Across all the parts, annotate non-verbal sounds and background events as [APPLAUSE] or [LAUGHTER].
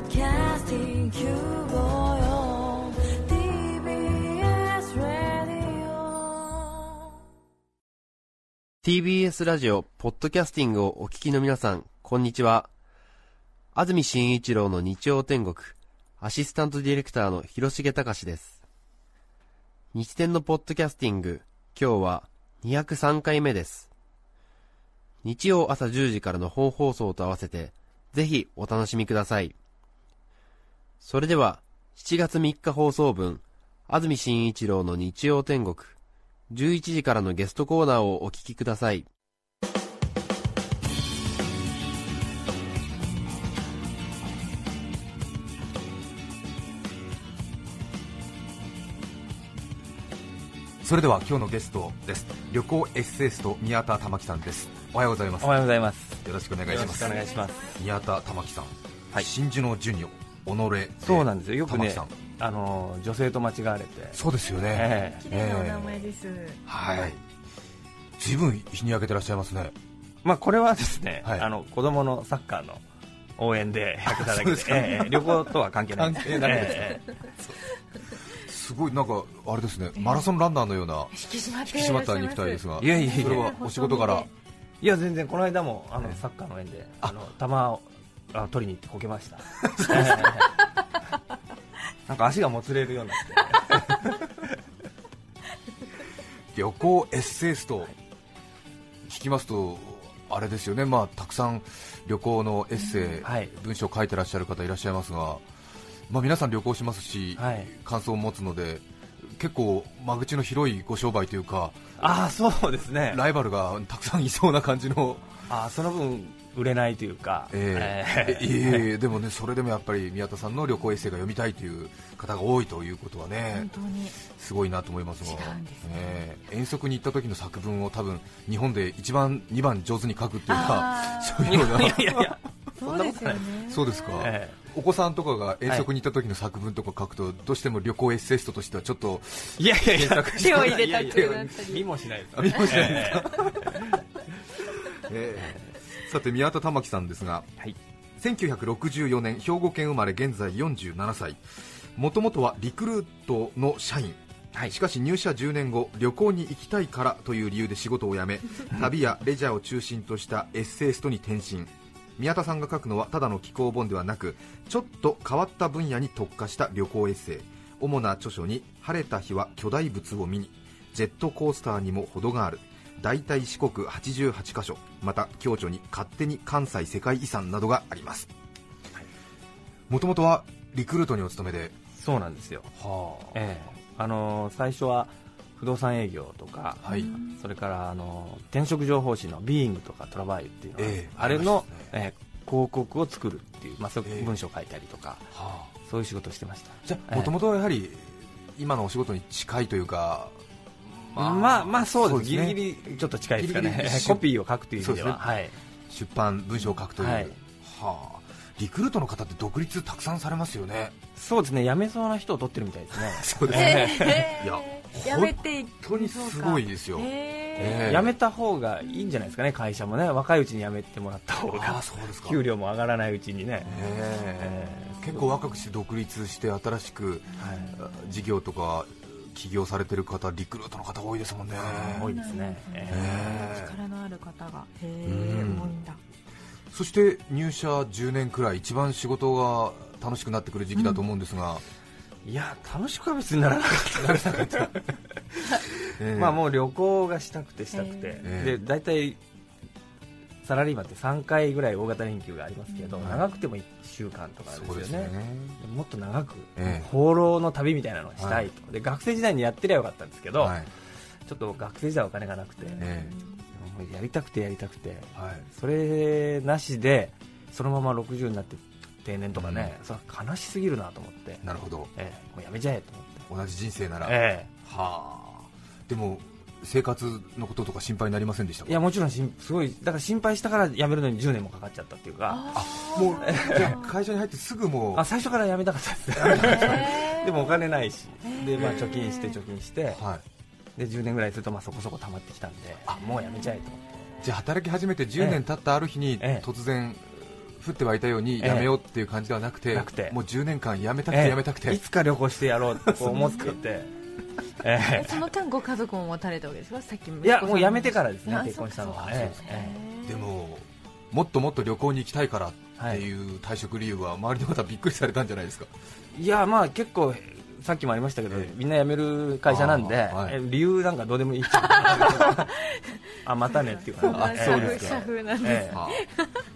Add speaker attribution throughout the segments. Speaker 1: Casting Q54 TBS Radio
Speaker 2: TBS ラジオ、ポッドキャスティングをお聞きの皆さん、こんにちは。安住紳一郎の日曜天国、アシスタントディレクターの広重隆です。日天のポッドキャスティング、今日は203回目です。日曜朝10時からの本放送と合わせて、ぜひお楽しみください。それでは、7月3日放送分、安住紳一郎の日曜天国、11時からのゲストコーナーをお聞きください。
Speaker 3: それでは今日のゲストです旅行エッセイスト宮田玉樹さんですおはようございます
Speaker 4: おはようございます。
Speaker 3: よろしくお願いします
Speaker 4: よろしくお願いします
Speaker 3: 宮田玉樹さん、
Speaker 4: はい
Speaker 3: 真珠のジュニオ己
Speaker 4: そうなんですよ。よく
Speaker 3: 玉
Speaker 4: ね
Speaker 3: 木さん、
Speaker 4: あの女性と間違われて。
Speaker 3: そうですよね、
Speaker 4: ええ
Speaker 5: 綺麗なお名前です、
Speaker 3: はいずいぶん日に焼けてらっしゃいますね
Speaker 4: まあこれはですね、
Speaker 3: はい
Speaker 4: あの子供のサッカーの応援でやってただ
Speaker 3: そう
Speaker 4: け
Speaker 3: で、
Speaker 4: です
Speaker 3: か
Speaker 4: ええ旅行とは関係ないです。
Speaker 3: 関係ないです
Speaker 4: ええ
Speaker 3: すごいなんかあれですねマラソンランナーのような
Speaker 5: 引き締まっ
Speaker 3: 引
Speaker 5: て
Speaker 3: き締まった肉体ですが
Speaker 4: いやいやいや
Speaker 3: それはお仕事から
Speaker 4: いや全然この間もあのサッカーの応援で、あの球をあ取りに行ってこけました。ええなんか足がもつれるようになって。
Speaker 3: 旅行エッセイスト聞きますとあれですよね、まあ、たくさん旅行のエッセイ、
Speaker 4: はい
Speaker 3: 文章を書いてらっしゃる方いらっしゃいますが、まあ、皆さん旅行しますし、
Speaker 4: はい
Speaker 3: 感想を持つので結構間口の広いご商売というか
Speaker 4: ああそうですね。
Speaker 3: ライバルがたくさんいそうな感じの、
Speaker 4: ああその分売れないというか。
Speaker 3: えー
Speaker 4: ええ
Speaker 3: ええでもねそれでもやっぱり宮田さんの旅行エッセイが読みたいという方が多いということはね、
Speaker 5: 本当に
Speaker 3: すごいなと思いますが、
Speaker 5: 違うんですね
Speaker 3: ええ遠足に行った時の作文を多分日本で一番、2番上手に書くっていうか
Speaker 5: あ、ー
Speaker 3: そういう
Speaker 5: [LAUGHS]
Speaker 3: よう
Speaker 4: い
Speaker 3: な
Speaker 4: やいやいや。
Speaker 5: そうですよね
Speaker 3: そうですか、
Speaker 4: え
Speaker 3: お子さんとかが遠足に行った時の作文とか書くと、どうしても旅行エッセイストとしてはちょっと
Speaker 4: いやいやいや、
Speaker 5: 手を入れたくなったり
Speaker 4: 見もしないです。
Speaker 3: ありましたね、
Speaker 4: え
Speaker 3: ええさて宮田玉樹さんですが、
Speaker 4: えはい。
Speaker 3: 1964年兵庫県生まれ現在47歳もともとはリクルートの社員、しかし入社10年後旅行に行きたいからという理由で仕事を
Speaker 4: [LAUGHS]
Speaker 3: 辞め旅やレジャーを中心としたエッセイストに転身宮田さんが書くのはただの紀行本ではなくちょっと変わった分野に特化した旅行エッセイ主な著書に「晴れた日は巨大物を見に」「ジェットコースターにも程がある」大体四国88カ所また共著に勝手に関西世界遺産などがありますもともとはリクルートにお勤めで、
Speaker 4: [LAUGHS] そうなんですよ。
Speaker 3: は
Speaker 4: ええあのー最初は不動産営業とか、
Speaker 3: はい、
Speaker 4: それから、あのー転職情報誌のビーイングとかトラバイっていうのが、
Speaker 3: ええ
Speaker 4: あれの
Speaker 3: ありまし、た
Speaker 4: ええ広告を作るっていう、まあ、そう
Speaker 3: ええ
Speaker 4: 文章を書いたりとか、
Speaker 3: は
Speaker 4: そういう仕事をしてました。
Speaker 3: じゃ
Speaker 4: ええ
Speaker 3: もともとはやはり今のお仕事に近いというか、
Speaker 4: まあ、まあ、そうです
Speaker 3: ね
Speaker 4: ギリギリちょっと近いですかね。
Speaker 3: ギリギリ一緒
Speaker 4: [LAUGHS] コピーを書くという意味では。
Speaker 3: そう
Speaker 4: はい。
Speaker 3: 出版文章を書くという、
Speaker 4: はい
Speaker 3: はあリクルートの方って独立たくさんされますよね
Speaker 4: そうですね、辞めそうな人を取ってるみたいですね。
Speaker 3: そうで
Speaker 5: え
Speaker 3: いや
Speaker 5: ー、やめてい
Speaker 3: 本当にすごいですよ、
Speaker 5: え
Speaker 3: ええ
Speaker 4: 辞めた方がいいんじゃないですかね、会社もね、若いうちに辞めてもらった方
Speaker 3: あ
Speaker 4: が
Speaker 3: あ、そうですか
Speaker 4: 給料も上がらないうちにね、
Speaker 3: え
Speaker 4: え
Speaker 3: え結構若くして独立して新しく
Speaker 4: はい
Speaker 3: あ事業とか起業されてる方リクルートの方多いですもんね
Speaker 4: 多いですね、え
Speaker 5: ー
Speaker 3: ええ
Speaker 5: 力のある方がへ
Speaker 3: う
Speaker 5: え
Speaker 3: ん
Speaker 5: 多いんだ
Speaker 3: そして入社10年くらい一番仕事が楽しくなってくる時期だと思うんですが、
Speaker 4: いや、楽しくは別にならなかった、まあ
Speaker 3: う
Speaker 4: もう旅行がしたくてしたくて、
Speaker 3: ええ
Speaker 4: で大体サラリーマンって3回ぐらい大型連休がありますけど、
Speaker 3: うん
Speaker 4: 長くても1週間とかです
Speaker 3: そ
Speaker 4: よ
Speaker 3: う
Speaker 4: ね。
Speaker 3: ですね
Speaker 4: でもっと長く、
Speaker 3: ええ
Speaker 4: 放浪の旅みたいなのをしたいと、で学生時代にやってりゃよかったんですけど、
Speaker 3: はい
Speaker 4: ちょっと学生時代はお金がなくて、
Speaker 3: え
Speaker 4: もうやりたくてやりたくて、
Speaker 3: えはい
Speaker 4: それなしでそのまま60になって定年とかね、それは悲しすぎるなと思って、
Speaker 3: なるほど
Speaker 4: ええもうやめちゃえと思って、
Speaker 3: 同じ人生なら、
Speaker 4: え
Speaker 3: はあでも生活のこととか心配になりませんでした
Speaker 4: え
Speaker 3: か
Speaker 4: いやもちろんしんすごいだから心配したから辞めるのに10年もかかっちゃったっていうか
Speaker 5: あ
Speaker 3: もうじゃあ会社に入ってすぐもう
Speaker 4: あ最初から辞めたかったですね
Speaker 5: え
Speaker 4: [LAUGHS] でもお金ないしで、まあ、
Speaker 3: ええ
Speaker 4: 貯金して貯金して
Speaker 3: はい
Speaker 4: で10年ぐらいするとまあそこそこ溜まってきたんであもう辞めちゃえと思って
Speaker 3: じゃあ働き始めて10年経ったある日に
Speaker 4: ええ
Speaker 3: 突然、降って湧いたように
Speaker 4: ええ
Speaker 3: やめようっていう感じではなくて,、
Speaker 4: なくて
Speaker 3: もう10年間やめたく
Speaker 4: え
Speaker 3: て
Speaker 4: え
Speaker 3: やめたくて、
Speaker 4: いつか旅行してやろうってこう思って
Speaker 3: [LAUGHS]
Speaker 4: いて、ええ
Speaker 5: その間ご家族も持たれたわけですかさっき息子さん
Speaker 4: いやもうやめてからですね
Speaker 5: あ
Speaker 4: 結婚したの
Speaker 5: そ
Speaker 4: は
Speaker 5: っか
Speaker 4: え
Speaker 5: そっ
Speaker 4: え
Speaker 5: か
Speaker 4: え
Speaker 5: へえ
Speaker 3: でももっともっと旅行に行きたいからっていう退職理由は周りの方びっくりされたんじゃないですか、
Speaker 4: えいやまあ結構さっきもありましたけど、
Speaker 3: ええ
Speaker 4: みんな辞める会社なんで、
Speaker 3: ああはい
Speaker 4: え理由なんかどうでもいいっち
Speaker 5: [LAUGHS]
Speaker 4: ゃうあまたねっていう感
Speaker 3: あ
Speaker 4: じ
Speaker 3: そうですか
Speaker 5: 社風なんで
Speaker 4: ええ
Speaker 3: ああ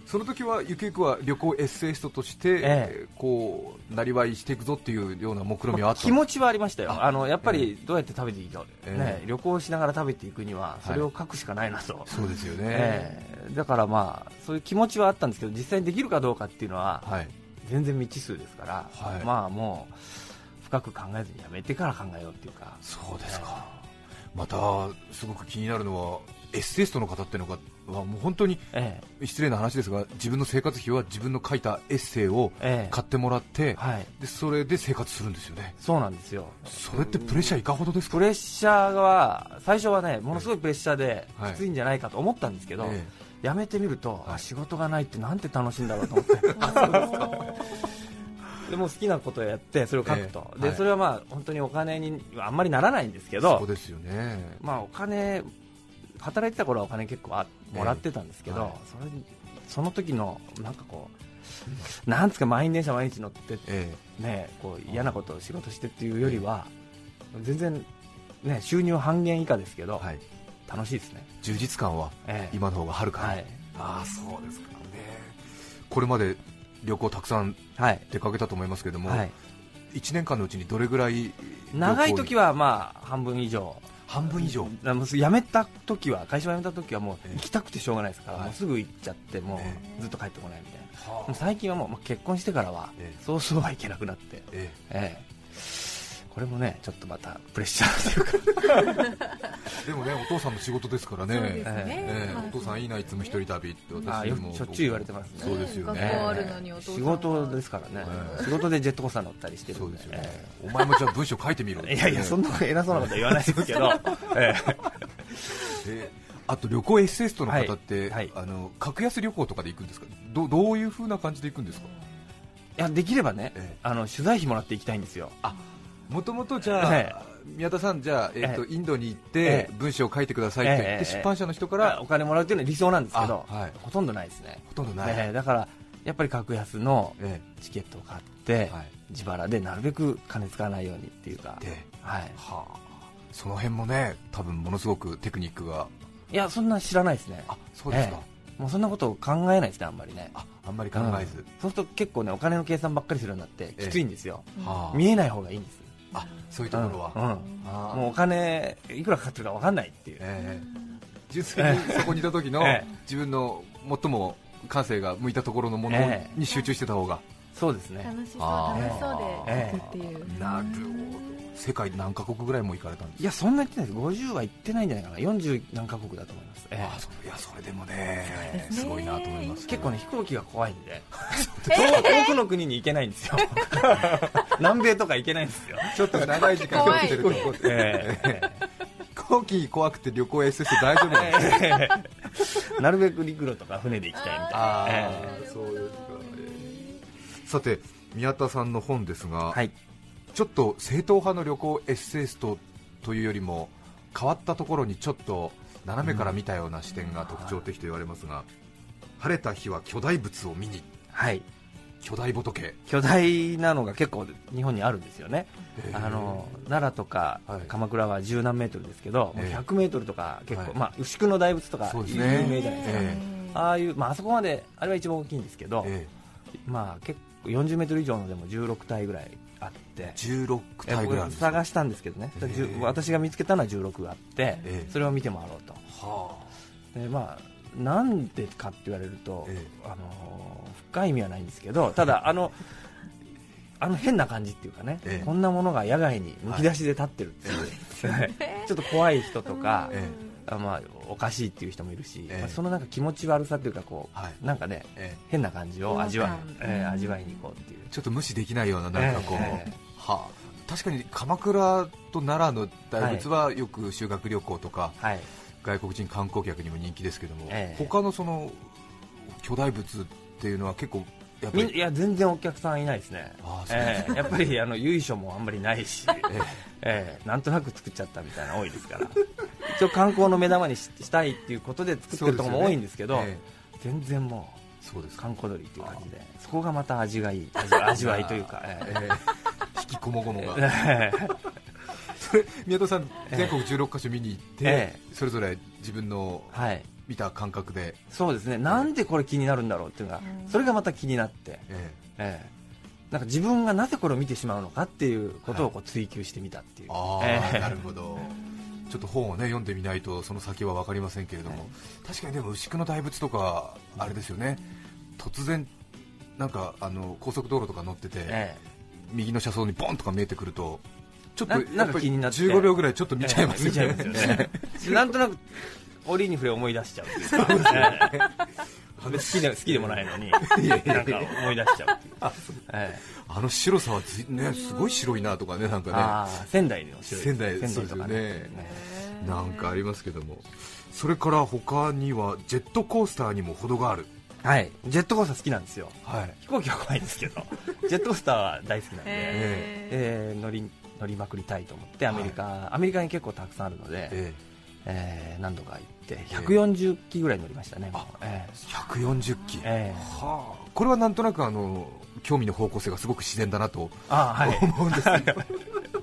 Speaker 3: その時はゆくゆくは旅行エッセイストとして、
Speaker 4: え
Speaker 3: こうなりわいしていくぞっていうような目論見はあった
Speaker 4: 気持ちはありましたよ、
Speaker 3: あ
Speaker 4: あのやっぱりどうやって食べていいか、
Speaker 3: ええ
Speaker 4: ね、旅行しながら食べていくには、
Speaker 3: い
Speaker 4: それを書くしかないなと、
Speaker 3: そうですよね、
Speaker 4: ええだからまあ、そういう気持ちはあったんですけど、実際にできるかどうかっていうのは、
Speaker 3: はい
Speaker 4: 全然未知数ですから、
Speaker 3: はい
Speaker 4: まあもう、深く考えずにやめてから考えようっていうか、
Speaker 3: そうですか、またすごく気になるのはエッセイストの方っていうのがはもう本当に
Speaker 4: え
Speaker 3: 失礼な話ですが自分の生活費は自分の書いたエッセイを
Speaker 4: ええ
Speaker 3: 買ってもらって、
Speaker 4: えはい、
Speaker 3: でそれで生活するんですよね
Speaker 4: そうなんですよ、
Speaker 3: それってプレッシャーいかほどですか
Speaker 4: プレッシャーは、最初はね、ものすごいプレッシャーで、
Speaker 3: はい
Speaker 4: きついんじゃないかと思ったんですけど、
Speaker 3: え
Speaker 4: やめてみる
Speaker 3: は
Speaker 4: と、
Speaker 3: い
Speaker 4: あ仕事がないってなんて楽しいんだろうと
Speaker 3: [LAUGHS]
Speaker 4: 思って。でもう好きなことをやってそれを書くと、
Speaker 3: ええ
Speaker 4: で
Speaker 3: はい
Speaker 4: それはまあ本当にお金にはあんまりならないんですけ
Speaker 3: そう
Speaker 4: ど、
Speaker 3: ですよね
Speaker 4: まあ、お金働いてた頃はお金結構あもらってたんですけど、
Speaker 3: ええはい
Speaker 4: それにその時のなんかこうなんつうか満員電車毎日乗って、
Speaker 3: え
Speaker 4: ね、こう嫌なことを仕事してっていうよりは、全然、ね、収入半減以下ですけ
Speaker 3: え
Speaker 4: ど、
Speaker 3: はい
Speaker 4: 楽しいですね、
Speaker 3: 充実感は
Speaker 4: ええ
Speaker 3: 今の方がはるかに、
Speaker 4: はい
Speaker 3: ああそうですかねこれまで旅行たくさん
Speaker 4: はい
Speaker 3: 出かけたと思いますけれども、
Speaker 4: はい、
Speaker 3: 1年間のうちにどれぐらい
Speaker 4: 長い時
Speaker 3: は
Speaker 4: はまあ半分以上
Speaker 3: 半分以上、
Speaker 4: あもう辞めた時は会社を辞めた時はも
Speaker 3: え
Speaker 4: う
Speaker 3: え
Speaker 4: 行きたくてしょうがないですから、
Speaker 3: はい
Speaker 4: もうすぐ行っちゃっても
Speaker 3: え
Speaker 4: うずっと帰ってこないみたいな、
Speaker 3: は
Speaker 4: もう最近はもうまあ結婚してからは
Speaker 3: ええ
Speaker 4: そうそうはいけなくなって、
Speaker 3: え
Speaker 4: ええこれもねちょっとまたプレッシャーというか
Speaker 3: えでもねお父さんの仕事ですからね
Speaker 5: そうですね
Speaker 3: ええ
Speaker 5: はい
Speaker 3: お父さんいいないつも一人旅って
Speaker 4: あ
Speaker 3: 私
Speaker 4: よ
Speaker 3: も
Speaker 4: しょっちゅう言われてますね
Speaker 3: そうですよ
Speaker 5: ね
Speaker 3: ね
Speaker 5: 学校あるのにお父さん
Speaker 4: 仕事ですからね、
Speaker 3: ええ
Speaker 4: 仕事でジェットコースター乗ったりしてる
Speaker 3: そうん
Speaker 4: で
Speaker 3: ですよね、お前もじゃあ文章書いてみろ
Speaker 4: ええいやいやそんな偉そうなことは言わないです
Speaker 5: [LAUGHS]
Speaker 4: けど、ええ
Speaker 3: であと旅行エッセイストの方って、
Speaker 4: はいはい
Speaker 3: あの格安旅行とかで行くんですかどどういう風な感じで行くんですか
Speaker 4: いやできればね、
Speaker 3: ええ
Speaker 4: あの取材費もらっていきたいんですよ
Speaker 3: もともとじゃあ、
Speaker 4: え
Speaker 3: 宮田さんじゃあ、えっと
Speaker 4: え
Speaker 3: インドに行っ
Speaker 4: え
Speaker 3: て
Speaker 4: え
Speaker 3: 文章を書いてくださいって言って、
Speaker 4: ええ
Speaker 3: 出版社の人か
Speaker 4: から
Speaker 3: ら
Speaker 4: お金もらうっていうのは理想なんですけど、
Speaker 3: あはい
Speaker 4: ほとんどないですね
Speaker 3: ほとんどない、
Speaker 4: ええだからやっぱり格安の
Speaker 3: え
Speaker 4: チケットを買って、
Speaker 3: えはい、
Speaker 4: 自腹でなるべく金使わないようにっていうか、
Speaker 3: で
Speaker 4: はい、
Speaker 3: はあその辺もね多分ものすごくテクニックが
Speaker 4: いやそんな知らないですね
Speaker 3: あそうですか、
Speaker 4: えもうそんなことを考えないですねあんまりね
Speaker 3: ああんまり考えず、
Speaker 4: そうすると結構ねお金の計算ばっかりするようになって
Speaker 3: ええ
Speaker 4: きついんですよ、
Speaker 3: はあ
Speaker 4: 見えない方がいいんです
Speaker 3: あそういうところは、
Speaker 4: うん
Speaker 3: あ
Speaker 4: う
Speaker 3: あ
Speaker 4: んもうお金いくらかかってるか分かんないっていう、
Speaker 3: ええ純粋にそこにいた時の
Speaker 4: [LAUGHS] ええ
Speaker 3: 自分の最も感性が向いたところのもの
Speaker 4: ええ
Speaker 3: に集中してた方が、
Speaker 4: そうですね
Speaker 5: 楽しそう
Speaker 3: あー
Speaker 5: 楽しそうで
Speaker 4: ええ
Speaker 5: 行くっていう
Speaker 3: なるほど世界何カ国ぐらいも行かれたんです
Speaker 4: いやそんな言ってないです50は行ってないんじゃないかな40何カ国だと思います、ええ
Speaker 3: ああそういやそれでもね
Speaker 5: すね
Speaker 3: すごいなと思います
Speaker 4: 結構ね飛行機が怖いん [LAUGHS] で遠遠くの国に行けないんです [LAUGHS] よ南米とか行けないん [LAUGHS] ですよ、
Speaker 3: ちょっと長い時間かけてると飛行機
Speaker 4: ええ
Speaker 3: [LAUGHS] 飛行機怖くて旅行 SS 大丈夫なんですか
Speaker 4: なるべく陸路とか船で行きたいみたいな
Speaker 3: あ
Speaker 4: え
Speaker 3: あそうですかええさて宮田さんの本ですが、
Speaker 4: はい
Speaker 3: ちょっと正統派の旅行エッセイストというよりも変わったところにちょっと斜めから見たような視点が特徴的と言われますが、晴れた日は巨大仏を見に
Speaker 4: はい
Speaker 3: 巨大仏、
Speaker 4: 巨大なのが結構日本にあるんですよね、あの奈良とか
Speaker 3: はい
Speaker 4: 鎌倉は十何メートルですけど、
Speaker 3: ええ
Speaker 4: 100メートルとか結構、
Speaker 3: はい
Speaker 4: まあ、牛久の大仏とか
Speaker 3: そうです
Speaker 4: 有
Speaker 3: ね
Speaker 4: 名じゃないですか、
Speaker 3: え
Speaker 4: ああいう、まああそこまであれは一番大きいんですけど、
Speaker 3: ええ
Speaker 4: まあ、結構40メートル以上のでも16体ぐらいあって
Speaker 3: 16
Speaker 4: え
Speaker 3: 体ぐらいあるんで
Speaker 4: 僕
Speaker 3: すか
Speaker 4: 探したんですけどね、
Speaker 3: えー
Speaker 4: 私が見つけたのは16があって、
Speaker 3: ええ
Speaker 4: それを見て回ろうと
Speaker 3: は
Speaker 4: で、まあ、なんでかって言われると、
Speaker 3: え
Speaker 4: あのー深い意味はないんですけどただあのあの変な感じっていうかね、
Speaker 3: ええ
Speaker 4: こんなものが野外にむき出しで立ってるっていう、ちょっと怖い人と
Speaker 3: あ、
Speaker 4: か
Speaker 3: え
Speaker 4: あまあ、おかしいっていう人もいるし、
Speaker 3: ええ
Speaker 4: まあそのなんか気持ち悪さというかこう、
Speaker 3: はい
Speaker 4: なんかね
Speaker 3: ええ
Speaker 4: 変な感じを味わい,
Speaker 5: 違和、感
Speaker 4: ええ味わいに行こうっていう
Speaker 3: えちょっと無視できないようななんかこう、
Speaker 4: ええ
Speaker 3: はあ確かに鎌倉と奈良の大仏はよく修学旅行とか、
Speaker 4: はい
Speaker 3: 外国人観光客にも人気ですけども、
Speaker 4: ええ
Speaker 3: 他のその巨大仏っていうのは結構やっぱ
Speaker 4: みんい
Speaker 3: り
Speaker 4: や全然お客さんいないですね
Speaker 3: あーそう
Speaker 4: ええやっぱりあの由緒もあんまりないし、ええなんとなく作っちゃったみたいなの多いですから一応観光の目玉にししたいっていうことで作ってるところも多いんですけど
Speaker 3: そうですよね
Speaker 4: 全然も
Speaker 3: そうで
Speaker 4: う
Speaker 3: すか、
Speaker 4: 観光鳥っていう感じでそこがまた味がいい味味わいというか、え
Speaker 3: え
Speaker 4: え
Speaker 3: ー引きこもごもが、
Speaker 4: [LAUGHS] ええ
Speaker 3: それ [LAUGHS] 宮田さん、全国16カ所見に行って、
Speaker 4: え
Speaker 3: それぞれ自分の
Speaker 4: はい
Speaker 3: 見た感覚で、
Speaker 4: [LAUGHS] そうですねなんでこれ気になるんだろうっていうのが
Speaker 5: うん
Speaker 4: それがまた気になって、
Speaker 3: え
Speaker 4: ええなんか自分がなぜこれを見てしまうのかっていうことをこう追求してみたっていう、
Speaker 3: ーああ、
Speaker 4: ええ
Speaker 3: なるほど、ちょっと本を、ね、読んでみないとその先は分かりませんけれども、確かにでも牛久の大仏とか、あれですよね、突然、なんかあの高速道路とか乗ってて、
Speaker 4: ええ
Speaker 3: 右の車窓にボンとか見えてくると、ちょっと
Speaker 4: な
Speaker 3: やっ
Speaker 4: なん
Speaker 3: ぱ
Speaker 4: か
Speaker 3: り
Speaker 4: 気になって
Speaker 3: 15秒ぐらいちょっと見ちゃいますよね。
Speaker 4: 見ちゃ
Speaker 3: [LAUGHS]
Speaker 4: いますよねなんとなく折に触れ思い出しちゃうっていうかええ好きで好きでもないのになんか思い出しちゃうっていうかええ
Speaker 3: あの白さはずい、ね、すごい白いなとかね、なんか
Speaker 4: ああ仙台の白い
Speaker 3: 仙台
Speaker 4: 仙台と
Speaker 3: そう
Speaker 4: かね
Speaker 3: ですよねね、なんかありますけども、それから他にはジェットコースターにも程がある、
Speaker 4: はいジェットコースター好きなんですよ
Speaker 3: はい、
Speaker 4: 飛行機は怖いんですけど [LAUGHS] ジェットコースターは大好きなんで、
Speaker 5: え
Speaker 4: えー乗り乗りまくりたいと思ってアメリカ、アメリカに結構たくさんあるので、え
Speaker 3: え
Speaker 4: ー何度か行って140機ぐらい乗りましたね、もうえ
Speaker 3: え140機、
Speaker 4: ええ
Speaker 3: はあ、これはなんとなくあの興味の方向性がすごく自然だなと
Speaker 4: ーあーはい
Speaker 3: 思うんです [LAUGHS] けど、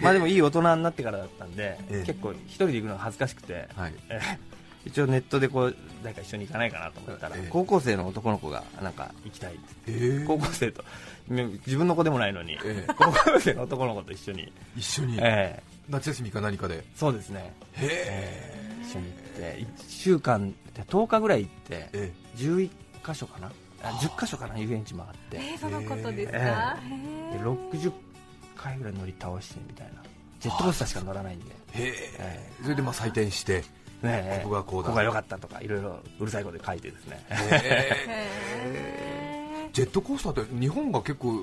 Speaker 4: まあでもいい大人になってからだったんで、
Speaker 3: ええ
Speaker 4: 結構一人で行くのが恥ずかしくて、
Speaker 3: はい
Speaker 4: えー一応ネットでこう誰か一緒に行かないかなと思ったら、
Speaker 3: ええ
Speaker 4: 高校生の男の子がなんか行きたいって
Speaker 3: ええ
Speaker 4: 高校生とね自分の子でもないのに、
Speaker 3: ええ
Speaker 4: 高校生の男の子と一緒に、
Speaker 3: 一緒に
Speaker 4: ええ
Speaker 3: 夏休みか何かで、
Speaker 4: そうですね
Speaker 3: へ
Speaker 4: 一緒に行って1週間で10日ぐらい行って、
Speaker 3: ええ
Speaker 4: 11箇所かなあ10箇所かな遊園地回って
Speaker 5: えーそのことですか、え
Speaker 4: で60回ぐらい乗り倒してみたいなジェットコースターしか乗らないんで、ね
Speaker 3: え
Speaker 4: え
Speaker 3: それでまあ採点して、
Speaker 4: え
Speaker 3: ここがこうだ
Speaker 4: ここが良かったとかいろいろうるさいことで書いてですね
Speaker 3: ええ
Speaker 5: へ
Speaker 3: ジェットコースターって日本が結構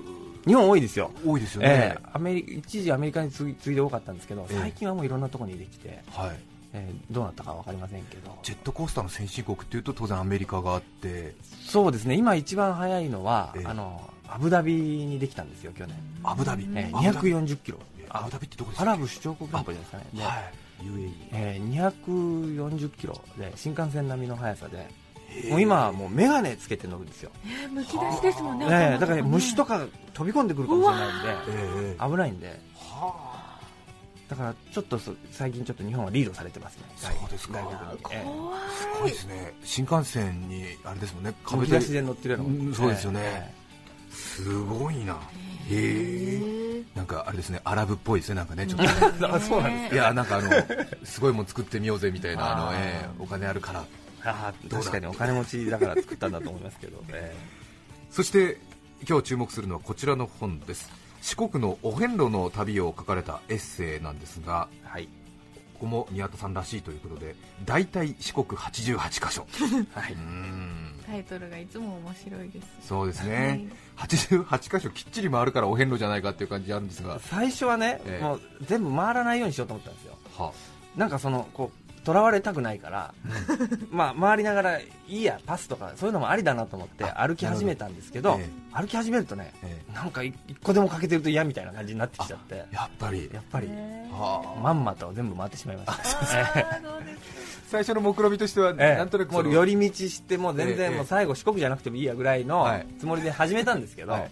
Speaker 4: 日本多いですよ
Speaker 3: 多いですよ
Speaker 4: え
Speaker 3: ね、
Speaker 4: えアメリ一時アメリカに次い次いで多かったんですけど
Speaker 3: ええ
Speaker 4: 最近はもういろんなところにできて、え
Speaker 3: はい、
Speaker 4: えどうなったか分かりませんけど
Speaker 3: ジェットコースターの先進国っていうと当然アメリカがあって
Speaker 4: そうですね今一番早いのは、
Speaker 3: ええ
Speaker 4: あのアブダビにできたんですよ去年、
Speaker 3: アブダビ、
Speaker 4: ええ
Speaker 3: アブダビ
Speaker 4: 240キロ
Speaker 3: えアブダビってどこです
Speaker 4: ア
Speaker 3: か
Speaker 4: ラブ首長国連邦じゃないですかねで
Speaker 3: はい、UAE
Speaker 4: えー、240キロで新幹線並みの速さで、もう今はもう眼鏡つけて乗るんですよ、
Speaker 5: えむき出しですもんね
Speaker 4: え
Speaker 5: 頭
Speaker 4: えだから虫とか飛び込んでくるかもしれないん
Speaker 3: え
Speaker 4: で、
Speaker 3: え
Speaker 4: 危ないんで、
Speaker 3: はあ
Speaker 4: だからちょっとそ最近、ちょっと日本はリードされてますね、
Speaker 3: そうですか
Speaker 4: 大学に、え
Speaker 5: 怖い
Speaker 3: すごいですね新幹線にあれですもんね
Speaker 4: え、むき出しで乗ってるようなもん
Speaker 3: うんそうですよね
Speaker 4: え
Speaker 3: すごいなへえなんかあれですねアラブっぽいですねなんかねちょっとね
Speaker 4: えあそうなんです
Speaker 3: い
Speaker 4: か、
Speaker 3: やなんかあのすごいもん作ってみようぜみたいなあの、
Speaker 4: あー
Speaker 3: ええお金あるから
Speaker 4: ああ
Speaker 3: どうだ
Speaker 4: 確かにお金持ちだから作ったんだと思いますけど、え
Speaker 3: そして今日注目するのはこちらの本です四国のお遍路の旅を書かれたエッセイなんですが
Speaker 4: えはい、
Speaker 3: ここも宮田さんらしいということで大体四国88箇所
Speaker 4: [LAUGHS] はい、
Speaker 3: うん
Speaker 5: タイトルがいつも面白いです
Speaker 3: そうですね、88箇所きっちり回るからお遍路じゃないかっていう感じあるんですが、
Speaker 4: 最初はね、
Speaker 3: ええ
Speaker 4: もう全部回らないようにしようと思ったんですよ。
Speaker 3: は
Speaker 4: なんかそのこうとらわれたくないから、まあ回りながらいいやパスとかそういうのもありだなと思って
Speaker 3: あ
Speaker 4: 歩き始めたんですけど、
Speaker 3: なるほ
Speaker 4: 歩き始めるとね、
Speaker 3: え
Speaker 4: なんか一個でも欠けてると嫌みたいな感じになってきちゃってや
Speaker 3: えやっぱり、
Speaker 4: っぱり
Speaker 3: はあ
Speaker 4: まんまと全部回ってしまいました、ええ
Speaker 5: あそうです
Speaker 3: 最初の目論見としては、
Speaker 4: え
Speaker 3: [LAUGHS]
Speaker 4: え
Speaker 3: なんとなく
Speaker 4: も
Speaker 3: その
Speaker 4: う寄り道してもう全
Speaker 3: ええ
Speaker 4: 然もう最後四国じゃなくてもいいやぐらいの
Speaker 3: はい
Speaker 4: つもりで始めたんですけど、
Speaker 3: はい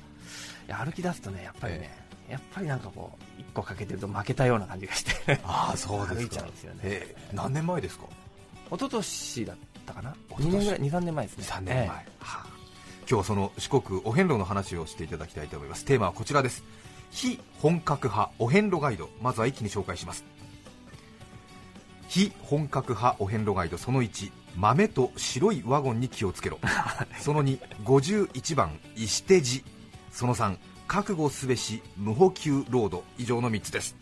Speaker 4: いや歩き出すとねやっぱりね、やっぱりなんかこう一個欠けてると負けたような感じが
Speaker 3: [LAUGHS]
Speaker 4: して
Speaker 3: ああそうで
Speaker 4: 歩
Speaker 3: す
Speaker 4: い
Speaker 3: か
Speaker 4: ちゃうんですよね
Speaker 3: ええ何年前ですか
Speaker 4: 一昨年だったかな
Speaker 3: 一昨
Speaker 4: 2
Speaker 3: 年
Speaker 4: 年ぐらい23年前ですね
Speaker 3: 3年前、
Speaker 4: ええ
Speaker 3: はあ今日はその四国お遍路の話をしていただきたいと思いますテーマはこちらです非本格派お遍路ガイドまずは一気に紹介します非本格派お遍路ガイドその1豆と白いワゴンに気をつけ
Speaker 4: [LAUGHS]
Speaker 3: ろその251番石手寺その3覚悟すべし無補給ロード以上の3つです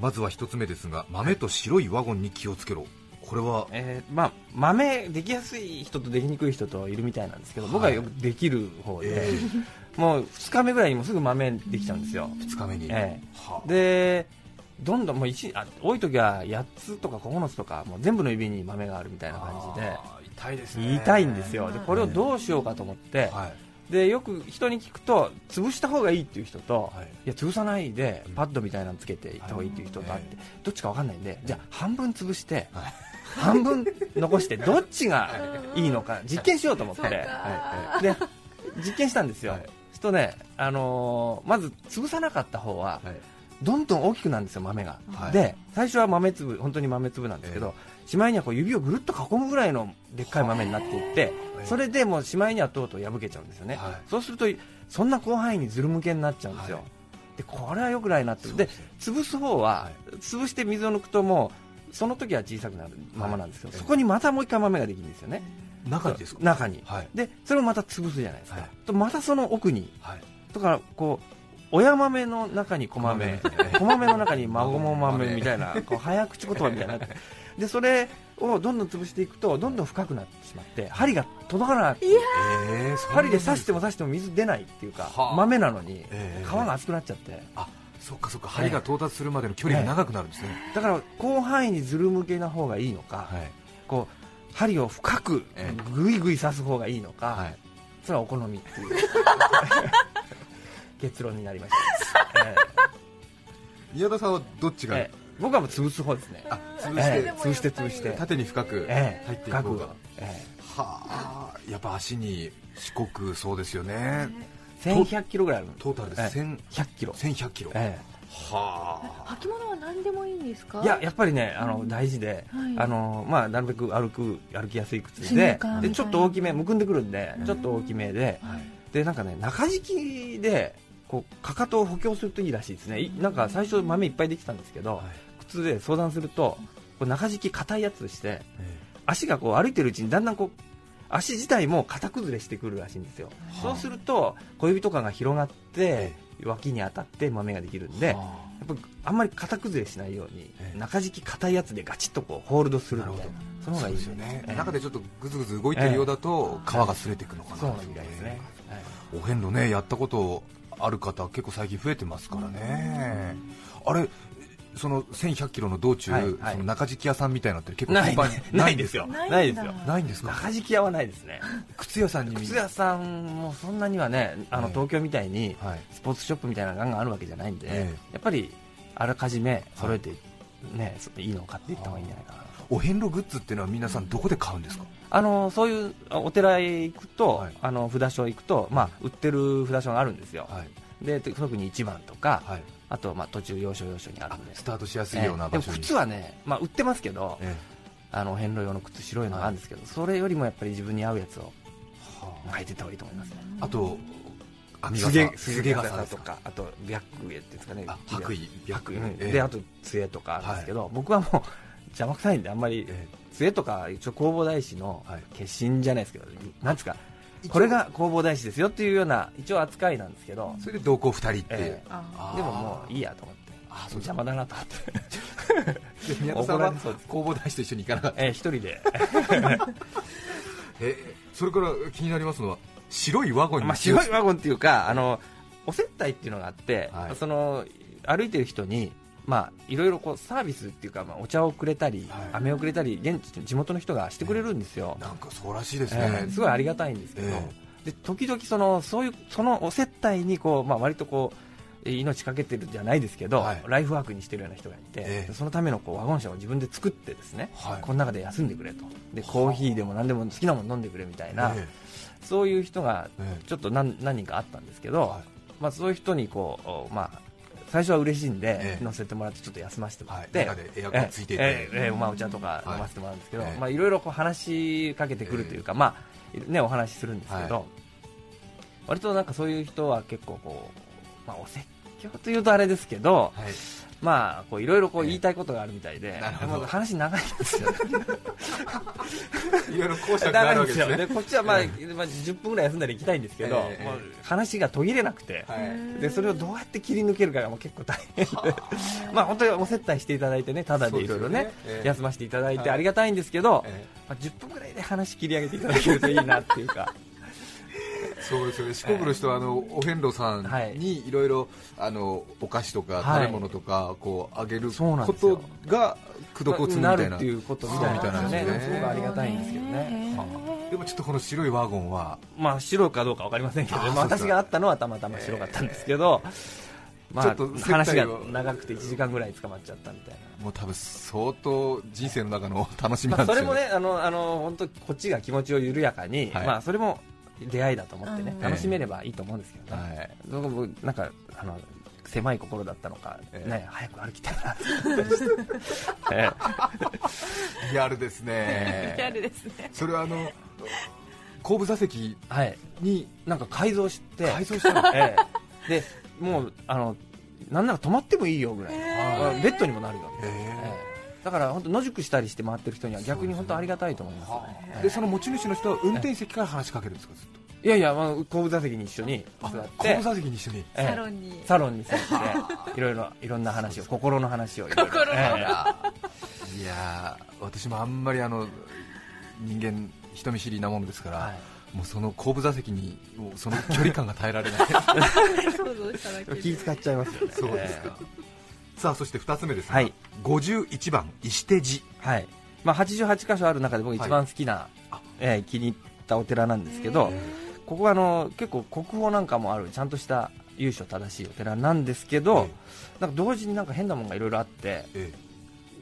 Speaker 3: まずは1つ目ですが豆と白いワゴンに気をつけろこれは
Speaker 4: えーまあ、豆できやすい人とできにくい人といるみたいなんですけど、僕はよくできる方で、
Speaker 3: え
Speaker 4: もう2日目ぐらいにもすぐ豆できちゃうんですよ、
Speaker 3: 2日目に、
Speaker 4: ええ
Speaker 3: はあ
Speaker 4: でどんどんもう一あ多い時は8つとか9つとかもう全部の指に豆があるみたいな感じで
Speaker 3: あー痛いですね
Speaker 4: 言いたいんですよでこれをどうしようかと思って、
Speaker 3: はい
Speaker 4: でよく人に聞くと潰した方がいいっていう人と、
Speaker 3: はい
Speaker 4: い、や潰さないで
Speaker 3: うん
Speaker 4: パッドみたいなのつけていった方がいいっていう人とあって、どっちか分かんないんでじゃあ半分潰して、
Speaker 3: はい
Speaker 4: 半分
Speaker 3: [LAUGHS]
Speaker 4: 残してどっちがいいのか実験しようと思 [LAUGHS] って、
Speaker 5: そうか
Speaker 3: は
Speaker 4: で実験したんですよ、
Speaker 3: はい
Speaker 4: するとね、あのーまず潰さなかった方は
Speaker 3: はい
Speaker 4: どんどん大きくなるんですよ豆が、
Speaker 3: はい
Speaker 4: で最初は豆粒本当に豆粒なんですけど、しまいにはこう指をぐるっと囲むぐらいのでっかい豆になっていって、
Speaker 3: はい
Speaker 4: それでもうしまいにはとうとう破けちゃうんですよね、
Speaker 3: はい
Speaker 4: そうするとそんな広範囲にずる向けになっちゃうんですよ、
Speaker 3: はい
Speaker 4: でこれは良くないなってで潰す方は、
Speaker 3: は
Speaker 4: 潰して水を抜くともうその時は小さくなるままなんですけど、
Speaker 3: はい
Speaker 4: そこにまたもう一回豆ができるんですよね、
Speaker 3: 中にですか
Speaker 4: 中に
Speaker 3: はい
Speaker 4: でそれをまた潰すじゃないですか、
Speaker 3: はい
Speaker 4: とまたその奥に
Speaker 3: はい
Speaker 4: だからこう親豆の中に小豆
Speaker 3: 小豆
Speaker 4: 小豆の中に孫も豆みたいなこう早口言葉みたいなでそれをどんどん潰していくとどんどん深くなってしまって針が届かない
Speaker 3: えーそんな
Speaker 4: 針で刺しても刺しても水出ないっていうか
Speaker 3: はあ
Speaker 4: 豆なのに
Speaker 3: ええ
Speaker 4: 皮が厚くなっちゃって
Speaker 3: あそっかそっか針が到達するまでの距離が長くなるんですね
Speaker 4: だから広範囲にずる向けな方がいいのか
Speaker 3: はい
Speaker 4: こう針を深く
Speaker 3: え
Speaker 4: ぐいぐい刺す方がいいの
Speaker 3: は
Speaker 4: か
Speaker 3: い
Speaker 4: それはお好みっていう
Speaker 3: [LAUGHS]
Speaker 4: 結論になりました、ええ
Speaker 3: 宮田さんはどっちが
Speaker 4: ええ僕はもう潰す方ですね
Speaker 3: あ潰
Speaker 4: え
Speaker 3: し
Speaker 4: え
Speaker 3: て
Speaker 4: 潰して潰して
Speaker 3: 縦に深く入
Speaker 4: ええ
Speaker 3: っていこうか
Speaker 4: 深くえ
Speaker 3: はあやっぱ足に四国そうですよね
Speaker 4: え1100キロぐらいある
Speaker 3: トータルで1100
Speaker 4: 100キロ、
Speaker 3: 1100キロ
Speaker 4: え
Speaker 3: は
Speaker 5: 履物は何でもいいんですか
Speaker 4: え、いややっぱりねあの大事で、
Speaker 5: はい
Speaker 4: あのまあ、なるべく歩く歩きやすい靴
Speaker 5: スニー
Speaker 4: で
Speaker 5: カーみたい
Speaker 4: で
Speaker 5: な
Speaker 4: ちょっと大きめむくんでくるんでちょっと大きめで
Speaker 3: あはい
Speaker 4: でなんかね中敷きでこうかかとを補強するといいらしいですねいなんか最初豆いっぱいできたんですけど、
Speaker 3: はい
Speaker 4: 靴で相談するとこう中敷き硬いやつして足がこう歩いてるうちにだんだんこう足自体も型崩れしてくるらしいんですよ、
Speaker 5: はい
Speaker 4: そうすると小指とかが広がって
Speaker 3: え
Speaker 4: 脇に当たって豆ができるんで、や
Speaker 3: は
Speaker 4: っぱあんまり型崩れしないように、
Speaker 3: ええ
Speaker 4: 中敷き硬いやつでガチッとこうホールドするみたいな
Speaker 3: なる
Speaker 4: その
Speaker 3: あそ
Speaker 4: 方が
Speaker 3: う
Speaker 4: いい
Speaker 3: ですよね
Speaker 4: ええ
Speaker 3: 中でちょっとグズグズ動いてるようだと皮が擦れていくのかな
Speaker 4: そうなんですね、はい
Speaker 3: お遍路ねやったことある方結構最近増えてますからねあれその1100キロの道中
Speaker 4: はいはい
Speaker 3: その中敷き屋さんみたいなのって結構
Speaker 4: な
Speaker 3: 頻
Speaker 4: い
Speaker 3: 繁に
Speaker 4: ないですよ
Speaker 5: ないんだ
Speaker 4: ないですよ
Speaker 3: ないんですか
Speaker 4: 中敷き屋はないですね
Speaker 3: 靴屋さんに
Speaker 4: 靴屋さんもそんなにはねあの
Speaker 3: ええ
Speaker 4: 東京みたいに
Speaker 3: はい
Speaker 4: スポーツショップみたいなのがガンガンあるわけじゃないんで、
Speaker 3: え
Speaker 4: やっぱりあらかじめ揃えて、ね、そいいのを買っていった方がいいんじゃないかな
Speaker 3: お遍路グッズっていうのは皆さんどこで買うんですか
Speaker 4: あのそういうあお寺へ行くと、
Speaker 3: はい
Speaker 4: あの札所行くと、まあ、売ってる札所があるんですよ、
Speaker 3: はい
Speaker 4: でと特に1番とか、
Speaker 3: はい
Speaker 4: あと、まあ、途中要所要所にあ
Speaker 3: あ
Speaker 4: るんで
Speaker 3: ス
Speaker 4: す
Speaker 3: タートしやすいような場所
Speaker 4: で
Speaker 3: に
Speaker 4: も靴はね、まあ、売ってますけど、
Speaker 3: え
Speaker 4: あの遍路用の靴白いのがあるんですけど、それよりもやっぱり自分に合うやつを
Speaker 3: えはあ
Speaker 4: 履いてった方がいいと思いますね
Speaker 3: あと網
Speaker 4: すげ
Speaker 3: 笠
Speaker 4: す
Speaker 3: す
Speaker 4: げ
Speaker 3: げ
Speaker 4: 傘
Speaker 3: 傘
Speaker 4: とかあと白衣っていうんですかね
Speaker 3: あ白衣
Speaker 4: 白衣、うん
Speaker 3: ええ
Speaker 4: であと杖とかあるんですけど、僕はもう邪魔くさいんであんまり、
Speaker 3: え
Speaker 4: 杖とか一応弘法大師の
Speaker 3: はい
Speaker 4: 化身じゃないですけど、なんですか
Speaker 3: 一応
Speaker 4: これが弘法大師ですよっていうような一応扱いなんですけど
Speaker 3: それで同行2人っていう
Speaker 4: ええ
Speaker 5: あ
Speaker 3: あー
Speaker 4: でももういいやと思って
Speaker 3: あそうです
Speaker 4: 邪魔だなと思って、
Speaker 3: で宮田さんは
Speaker 4: 怒られそうです
Speaker 3: 工房大師と一緒に行かなかった
Speaker 4: ええ一人で、
Speaker 3: えそれから気になりますのは白いワゴンに
Speaker 4: まあ、白いワゴンっていうかあのお接待っていうのがあって、
Speaker 3: はい
Speaker 4: その歩いてる人にまあ、いろいろこうサービスっていうか、まあ、お茶をくれたり、
Speaker 3: はい
Speaker 4: 飴をくれたり現地地元の人がしてくれるんですよ、
Speaker 3: なんかそうらしいです
Speaker 4: え
Speaker 3: ね
Speaker 4: ー、すごいありがたいんですけど、
Speaker 3: え
Speaker 4: で時々そのそういうそのお接待にこう、まあ、割とこうえー命かけてるじゃないですけど、
Speaker 3: はい
Speaker 4: ライフワークにしてるような人がいて、
Speaker 3: ええ
Speaker 4: そのためのこうワゴン車を自分で作ってですね、
Speaker 3: はい
Speaker 4: この中で休んでくれとでコーヒーでも何でも好きなもの飲んでくれみたいな、
Speaker 3: え
Speaker 4: そういう人が
Speaker 3: ええ
Speaker 4: ちょっと何何人かあったんですけど、
Speaker 3: はい
Speaker 4: まあ、そういう人にこう、おまあ、最初は嬉しいんで、
Speaker 3: ええ
Speaker 4: 乗せてもらってちょっと休ませてもらって、
Speaker 3: はい中でエアコンついていて
Speaker 4: ええええまあ、お茶とか飲ませてもらうんですけど、
Speaker 3: はいい
Speaker 4: まあ、いろいろこう話しかけてくるというか、まあね、お話しするんですけど、
Speaker 3: は
Speaker 4: 割となんかそういう人は結構こう、まあ、お説教というとあれですけど、
Speaker 3: はい
Speaker 4: まあこういろいろこう
Speaker 3: ええ
Speaker 4: 言いたいことがあるみたいで、
Speaker 3: なるほど
Speaker 4: まあ話長いんですよね
Speaker 3: いろいろ講釈があ
Speaker 4: 長
Speaker 3: るわけ
Speaker 4: いんです
Speaker 3: です
Speaker 4: よ
Speaker 3: ね
Speaker 4: でこっちは、まあ
Speaker 3: え
Speaker 4: まあ、10分ぐらい休んだら行きたいんですけど、
Speaker 3: ええ
Speaker 4: もう話が途切れなくて、
Speaker 3: はい
Speaker 4: でそれをどうやって切り抜けるかがもう結構大変で、 [LAUGHS] まあ、本当にお接待していただいてねただでいろいろ
Speaker 3: そう
Speaker 4: ね
Speaker 3: ですよねええ
Speaker 4: 休ませていただいてありがたいんですけど、
Speaker 3: え [LAUGHS]
Speaker 4: まあ、10分ぐらいで話切り上げていただけるといいなっていうか
Speaker 3: そうですよね四国の人はあのお遍路さんにいろいろあのお菓子とか
Speaker 4: はい
Speaker 3: 食べ物とかこうあげる
Speaker 4: そうなん
Speaker 3: こ
Speaker 4: ですよ
Speaker 3: とが功徳を積む
Speaker 4: [LAUGHS]
Speaker 3: みたい
Speaker 4: る
Speaker 3: な
Speaker 4: っていうことみたいなんです
Speaker 3: そうみた
Speaker 4: よ
Speaker 3: いなんです
Speaker 4: ね
Speaker 3: よね
Speaker 4: すごくありがたいんですけどね、
Speaker 3: でもちょっとこの白いワゴンは
Speaker 4: まあ白かどうか分かりませんけど、
Speaker 3: あー
Speaker 4: まあ、
Speaker 3: そうです
Speaker 4: 私
Speaker 3: か
Speaker 4: があったのはたまたま白かったんですけど、まあ、
Speaker 3: ちょっと接
Speaker 4: 話
Speaker 3: 待
Speaker 4: が
Speaker 3: を
Speaker 4: 長くて1時間ぐらい捕まっちゃったみたいな。
Speaker 3: もう多分相当人生の中の楽しみ
Speaker 4: ま
Speaker 3: なん
Speaker 4: あ、
Speaker 3: で
Speaker 4: そ
Speaker 3: す
Speaker 4: れ
Speaker 3: よ
Speaker 4: もね、あの、あの、本当、こっちが気持ちを緩やかに、
Speaker 3: はい
Speaker 4: まあ、それも出会いだと思ってね
Speaker 5: う、ん
Speaker 4: 楽しめればいいと思うんですけどね。
Speaker 3: はい
Speaker 4: そこもなんか、あの、狭い心だったのか、
Speaker 3: ええ
Speaker 4: ね、早く歩きたいな [LAUGHS] って思ったりしてえ
Speaker 3: リアルですね
Speaker 4: [LAUGHS]
Speaker 5: ギャルですね。
Speaker 3: それはあの後部座席
Speaker 4: えはい、
Speaker 3: に
Speaker 4: なんか改造して。
Speaker 3: 改造した
Speaker 4: [LAUGHS]
Speaker 3: の
Speaker 4: え [LAUGHS] えで、もう、あの、なんなら泊まってもいいよぐらい、あベッドにもなるよ、
Speaker 3: へえ
Speaker 4: ええだから本当野宿したりして回ってる人には逆に本当ありがたいと思いますよね、
Speaker 3: でその持ち主の人は運転席から話しかけるんですかずっと
Speaker 4: いやいや、まあ、後部座席に一緒に座って
Speaker 3: 後部座席に一緒に
Speaker 4: ええ
Speaker 5: サロンに。
Speaker 4: サロンに座 [LAUGHS] っていろいろいろんな話を心の話をいろいろ
Speaker 5: 心の
Speaker 4: ええ
Speaker 3: いやー私もあんまりあの人間人見知りなものですから、
Speaker 4: は
Speaker 3: もうその後部座席にもうその距離感が耐えられ
Speaker 4: [LAUGHS]
Speaker 3: ない
Speaker 5: 想像しただけで。
Speaker 4: い気使っちゃいますよ
Speaker 3: [LAUGHS]
Speaker 4: ね
Speaker 3: そうですか、さあそして2つ目ですが、
Speaker 4: はい
Speaker 3: 51番石手寺
Speaker 4: ええはいまあ、88箇所ある中で僕一番好きな、ええ気に入ったお寺なんですけどここはあの結構国宝なんかもあるちゃんとした由緒正しいお寺なんですけど、なんか同時になんか変なものがいろいろあって
Speaker 3: ええ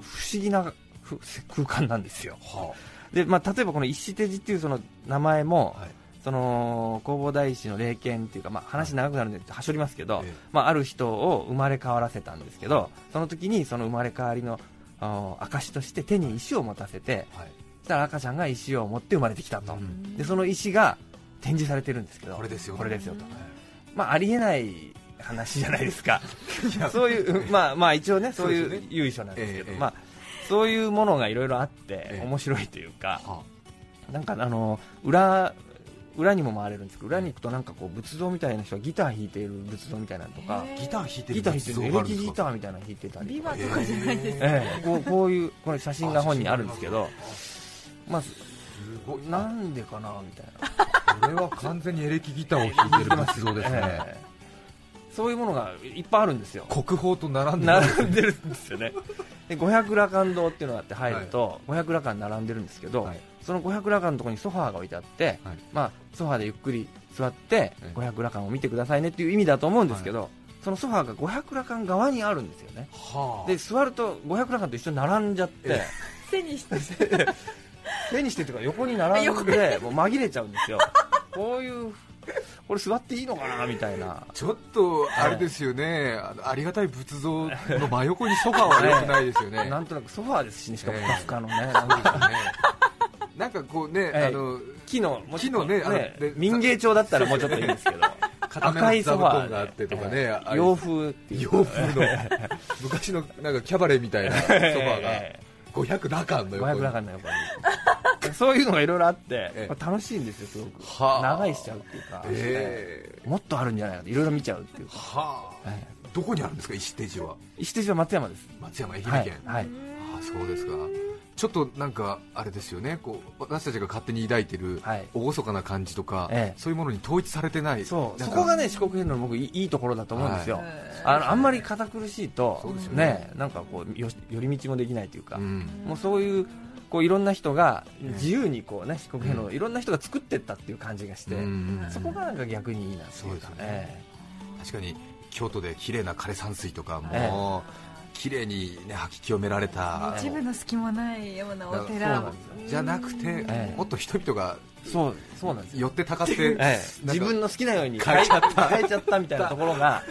Speaker 4: 不思議なふ空間なんですよ
Speaker 3: は
Speaker 4: で、まあ、例えばこの石手寺っていうその名前も、
Speaker 3: あはい
Speaker 4: その弘法大師の霊験っていうか、まあ、話長くなるんではしょりますけど、
Speaker 3: ええ
Speaker 4: まあ、ある人を生まれ変わらせたんですけどその時にその生まれ変わりのあー証として手に石を持たせて
Speaker 3: はい、
Speaker 4: そしたら赤ちゃんが石を持って生まれてきたと、
Speaker 3: うん
Speaker 4: でその石が展示されてるんですけど
Speaker 3: これですよ
Speaker 4: これですよと、
Speaker 3: はい
Speaker 4: まあ、ありえない話じゃないですか
Speaker 3: いや
Speaker 4: [LAUGHS] そ
Speaker 3: [LAUGHS]
Speaker 4: ういう、まあ、まあ一応ね、そうい
Speaker 3: そうです
Speaker 4: う
Speaker 3: よね
Speaker 4: 由緒なんですけど、
Speaker 3: ええ
Speaker 4: まあ、そういうものがいろいろあって、
Speaker 3: ええ
Speaker 4: 面白いというか、
Speaker 3: は
Speaker 4: なんかあの裏裏にも回れるんですけど、裏に行くとなんかこう仏像みたいな人がギター弾いている仏像みたいなのとか、
Speaker 3: あギター弾いてる
Speaker 4: ギター弾いて
Speaker 3: 仏像
Speaker 4: る
Speaker 3: が
Speaker 4: エ
Speaker 3: あ
Speaker 4: レ
Speaker 3: る
Speaker 4: キ
Speaker 3: んで
Speaker 4: ギ
Speaker 3: すか
Speaker 4: ターみたいなの弾いてたり
Speaker 5: ビ
Speaker 4: とか
Speaker 5: バとかじゃないです。
Speaker 4: ええこうこういうこの写真が本にあるんですけど、まあ、
Speaker 3: すごい
Speaker 4: な
Speaker 3: なん
Speaker 4: でかなみたい
Speaker 3: こ
Speaker 4: な。
Speaker 3: れは完全にエレキギターを弾いてる仏像ですね、
Speaker 4: ええそういうものがいっぱいあるんですよ。
Speaker 3: 国宝と並んでる
Speaker 4: 並んでるんですよねで五百羅漢堂っていうのがあって入ると、五百羅漢並んでるんですけど、
Speaker 3: はい
Speaker 4: その五百羅漢のところにソファーが置いてあって、
Speaker 3: はい
Speaker 4: まあ、ソファーでゆっくり座って
Speaker 3: ええ
Speaker 4: 五百羅漢を見てくださいねっていう意味だと思うんですけど、そのソファーが五百羅漢側にあるんですよね
Speaker 3: はあ
Speaker 4: で座ると五百羅漢と一緒に並んじゃって
Speaker 3: [LAUGHS] え
Speaker 5: 背にして。
Speaker 4: 手にしてというか横に並んでもう紛れちゃうんですよこういうこれ座っていいのかなみたいな
Speaker 3: ちょっとあれですよね、あのありがたい仏像の真横にソファーは良くないですよね。
Speaker 4: [LAUGHS] なんとなくソファーですしねしかも
Speaker 3: ええ
Speaker 4: ふかふかのね、なんか
Speaker 3: なんかこうね、
Speaker 4: [LAUGHS] ええ
Speaker 3: あの
Speaker 4: 木のもうち
Speaker 3: 木
Speaker 4: ょっと
Speaker 3: のねあので
Speaker 4: 民芸調だったらもうちょっといい
Speaker 3: [LAUGHS]
Speaker 4: んですけど
Speaker 3: 固めの
Speaker 4: 赤いソファ
Speaker 3: 座布
Speaker 4: ー
Speaker 3: 団があってとかね
Speaker 4: ええ
Speaker 3: ああいう
Speaker 4: 洋風っていう
Speaker 3: 洋風の昔のなんかキャバレーみたいなソファーが
Speaker 4: え
Speaker 3: 500羅漢の
Speaker 4: え
Speaker 3: 横
Speaker 4: 500
Speaker 3: に。
Speaker 4: ラカンの横にそういうのがいろいろあって、
Speaker 3: ええ
Speaker 4: まあ楽しいんですよすごく
Speaker 3: はあ
Speaker 4: 長いしちゃうっていうか、
Speaker 3: ええ
Speaker 4: もっとあるんじゃないかといろいろ見ちゃうっていうか
Speaker 3: はあ、
Speaker 4: え
Speaker 3: どこにあるんですか石手寺は
Speaker 4: 石手島松山です
Speaker 3: 松山愛媛
Speaker 4: はい
Speaker 3: 県。、
Speaker 4: はい、
Speaker 3: ああそうですかちょっとなんかあれですよねこう私たちが勝手に抱いてる
Speaker 4: はい
Speaker 3: 厳かな感じとか、
Speaker 4: ええ
Speaker 3: そういうものに統一されてない
Speaker 4: そう
Speaker 3: な
Speaker 4: そ
Speaker 3: んか
Speaker 4: こがね四国編の僕いいいいところだと思うんですよ、
Speaker 3: はい
Speaker 4: あのあんまり堅苦しいと
Speaker 3: そうですよね
Speaker 4: ねなんかこうよ寄り道もできないというか、
Speaker 3: うん
Speaker 4: もうそういうこういろんな人が自由にこうね四国編のいろんな人が作ってったっていう感じがして、
Speaker 3: うん
Speaker 4: そこがなんか逆にいいなっていうか
Speaker 3: そうですよね
Speaker 4: え
Speaker 3: 確かに京都で綺麗な枯山水とか
Speaker 4: え
Speaker 3: も綺麗にね吐き清められた
Speaker 5: 一部の隙もないようなお
Speaker 4: そう
Speaker 5: 寺
Speaker 4: なんですよ
Speaker 3: じゃなくて
Speaker 4: ええ
Speaker 3: もっと人々が
Speaker 4: えそうそうなんですよ、
Speaker 3: 寄ってたかって
Speaker 4: ええ
Speaker 3: なんか
Speaker 4: 自分の好きなように
Speaker 3: 変え
Speaker 4: 変え
Speaker 3: ち
Speaker 4: ち
Speaker 3: ゃ
Speaker 4: ゃ
Speaker 3: っ
Speaker 4: ったた変えちゃったみたいなところが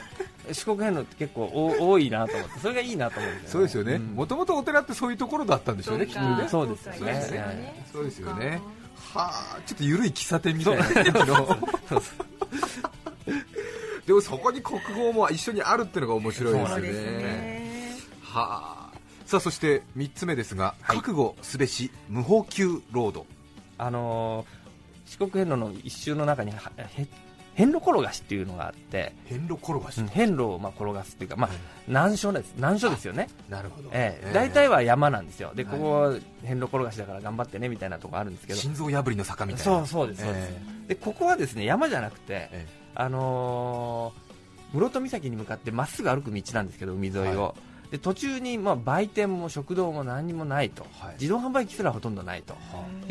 Speaker 4: 四国編のって結構お多いなと思ってそれがいいなと思うん
Speaker 3: そうですよね
Speaker 4: ん
Speaker 3: もともとお寺ってそういうところだったんでしょうねきっと
Speaker 5: そう
Speaker 3: ね
Speaker 5: かそ
Speaker 4: そうですよね
Speaker 5: うですよね
Speaker 4: え
Speaker 3: そうですよねはあちょっと緩い喫茶店みたいな感じの
Speaker 4: そう [LAUGHS] そう
Speaker 3: でもそこに国宝も一緒にあるっていうのが面白いです
Speaker 5: そ
Speaker 3: よ
Speaker 5: う
Speaker 3: ね
Speaker 5: ですね。
Speaker 3: はあさあそして3つ目ですが、覚悟すべし無補給ロード
Speaker 4: あのー四国遍路の一周の中にはへ遍路転がしっていうのがあって、
Speaker 3: 遍路転がし、
Speaker 4: うん遍路をまあ転がすっていうか、まあ、難所です難所ですよね、
Speaker 3: なるほど、
Speaker 4: ええ大体
Speaker 3: は
Speaker 4: は山なんですよ、でここ、遍路転がしだから頑張ってねみたいなとこあるんですけど、
Speaker 3: 心臓破りの坂みたいな
Speaker 4: そうそうです、そうです
Speaker 3: え
Speaker 4: でここはですね山じゃなくて、
Speaker 3: え
Speaker 4: あのー室戸岬に向かってまっすぐ歩く道なんですけど、海沿いを、
Speaker 3: は
Speaker 4: で途中にまあ売店も食堂も何にもないと、
Speaker 3: はい
Speaker 4: 自動販売機すらほとんどないと、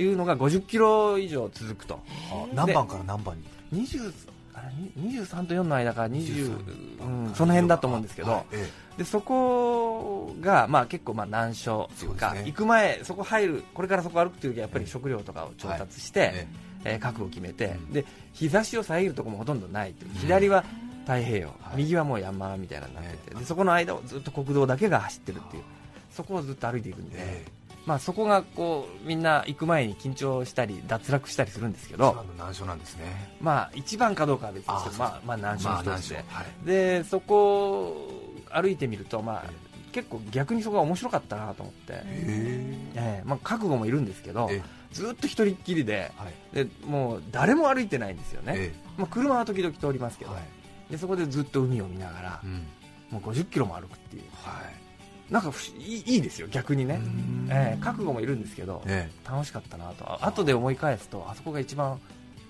Speaker 4: いうのが50キロ以上続くと、
Speaker 3: あ何番から何番に
Speaker 4: 20あれに23と4の間から20
Speaker 3: 23、
Speaker 4: うんその辺だと思うんですけど、
Speaker 3: はいえ
Speaker 4: でそこが、まあ、結構まあ難所という
Speaker 3: そ
Speaker 4: か
Speaker 3: うですね
Speaker 4: 行く前、そこ入るこれからそこ歩くという時はやっぱり食料とかを調達して、
Speaker 3: ええ
Speaker 4: えー覚悟を決めて、
Speaker 3: うん
Speaker 4: で日差しを遮るところもほとんどないという、
Speaker 3: ん
Speaker 4: 左は太平洋、
Speaker 3: はい
Speaker 4: 右はもう山みたいなのになってて、
Speaker 3: ええ
Speaker 4: でそこの間をずっと国道だけが走ってるっていう、そこをずっと歩いていくんで、
Speaker 3: ええ
Speaker 4: まあ、そこがこうみんな行く前に緊張したり脱落したりするんですけ
Speaker 3: 一
Speaker 4: ど、
Speaker 3: 番の難所なんですね
Speaker 4: まあ、一番かどうかは別に
Speaker 3: あ
Speaker 4: し
Speaker 3: そう
Speaker 4: て
Speaker 3: そう
Speaker 4: まあ、まあ難所の
Speaker 3: まあ
Speaker 4: 一
Speaker 3: 難
Speaker 4: つ
Speaker 3: 所
Speaker 4: で,、
Speaker 3: はい
Speaker 4: でそこを歩いてみると、まあ
Speaker 3: え、
Speaker 4: 結構逆にそこが面白かったなと思って、
Speaker 3: へえ
Speaker 4: ええまあ、覚悟もいるんですけど、
Speaker 3: ええ
Speaker 4: ずっと一人っきりで
Speaker 3: はい
Speaker 4: でもう誰も歩いてないんですよね。
Speaker 3: え
Speaker 4: まあ、車は時々通りますけ
Speaker 3: え
Speaker 4: ど、
Speaker 3: はい
Speaker 4: でそこでずっと海を見ながら、
Speaker 3: うん
Speaker 4: もう50キロも歩くっていう
Speaker 3: はい
Speaker 4: なんかふしいいいいですよ逆にね、
Speaker 3: うん
Speaker 4: えー覚悟もいるんですけど、
Speaker 3: え
Speaker 4: 楽しかったなとあ後で思い返すとあそこが一番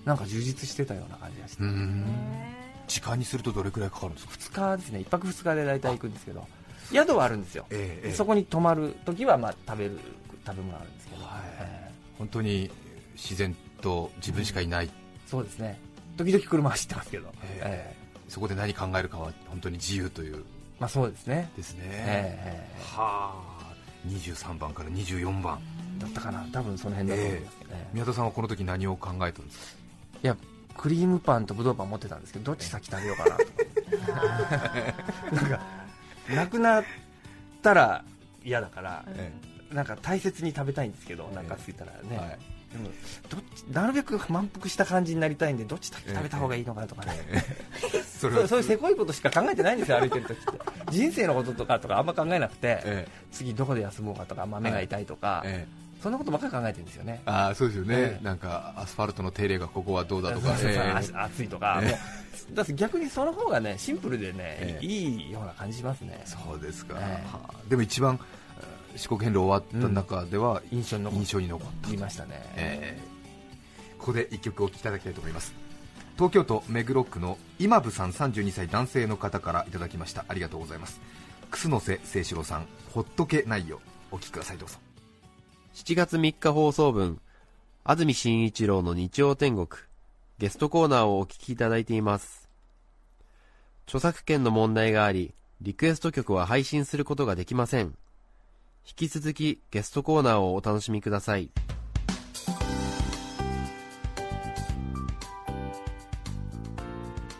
Speaker 4: なんか充実してたような感じがして、
Speaker 3: えう
Speaker 4: 2
Speaker 3: ん時間にするとどれくらいかかるんですか
Speaker 4: 日ですね1泊2日で大体行くんですけど宿はあるんですよ、
Speaker 3: ええええ
Speaker 4: そこに泊まる時はまあ食べる食べ物あるんですけど、
Speaker 3: はい
Speaker 4: え
Speaker 3: 本当に自然と自分しかいない、
Speaker 4: ーそうですね時々車走ってますけど、
Speaker 3: ええ
Speaker 4: え
Speaker 3: そこで何考えるかは本当に自由という
Speaker 4: ーまあそうですね、
Speaker 3: ですね、
Speaker 4: えーえ
Speaker 3: はあ23番から24番
Speaker 4: ーだったかな多分その辺だと思います、えー
Speaker 3: 宮田さんはこの時何を考えたんです
Speaker 4: いやクリームパンとブドウパン持ってたんですけどどっち先食べようかなと [LAUGHS] 思ってなんかなくなったら嫌だから
Speaker 3: か、え
Speaker 4: なんか大切に食べたいんですけどお腹空いたらね、
Speaker 3: えはい
Speaker 4: でもどっちなるべく満腹した感じになりたいんでどっち先食べた方がいいのかとかね、
Speaker 3: それ
Speaker 4: そう
Speaker 3: は
Speaker 4: そういうせこいことしか考えてないんですよ歩いてる時って
Speaker 3: [LAUGHS]
Speaker 4: 人生のこととかとかあんま考えなくて、
Speaker 3: え
Speaker 4: 次どこで休もうかとか、まあ、目が痛いとか、
Speaker 3: ええ
Speaker 4: そんなことばっかり考えてるんですよね
Speaker 3: えああそうですよね、
Speaker 4: ええ
Speaker 3: なんかアスファルトの手入れがここはどうだとか、
Speaker 4: そうそうそう
Speaker 3: ええ
Speaker 4: あし暑いとか、
Speaker 3: ええ
Speaker 4: もうだって逆にその方がねシンプルでね、
Speaker 3: ええ
Speaker 4: いいような感じしますね
Speaker 3: そうですか、
Speaker 4: ええ
Speaker 3: はあでも一番えー四国遍路終わった中では、
Speaker 4: 印象に残っ
Speaker 3: 印象に残った
Speaker 4: いましたね、
Speaker 3: えーここで一曲お聴きいただきたいと思います東京都目黒区の今部さん32歳男性の方からいただきましたありがとうございます楠瀬誠志郎さん「ほっとけないよ」お聴きくださいどうぞ
Speaker 2: 7月3日放送分、安住紳一郎の日曜天国、ゲストコーナーをお聞きいただいています。著作権の問題があり、リクエスト曲は配信することができません。引き続きゲストコーナーをお楽しみください。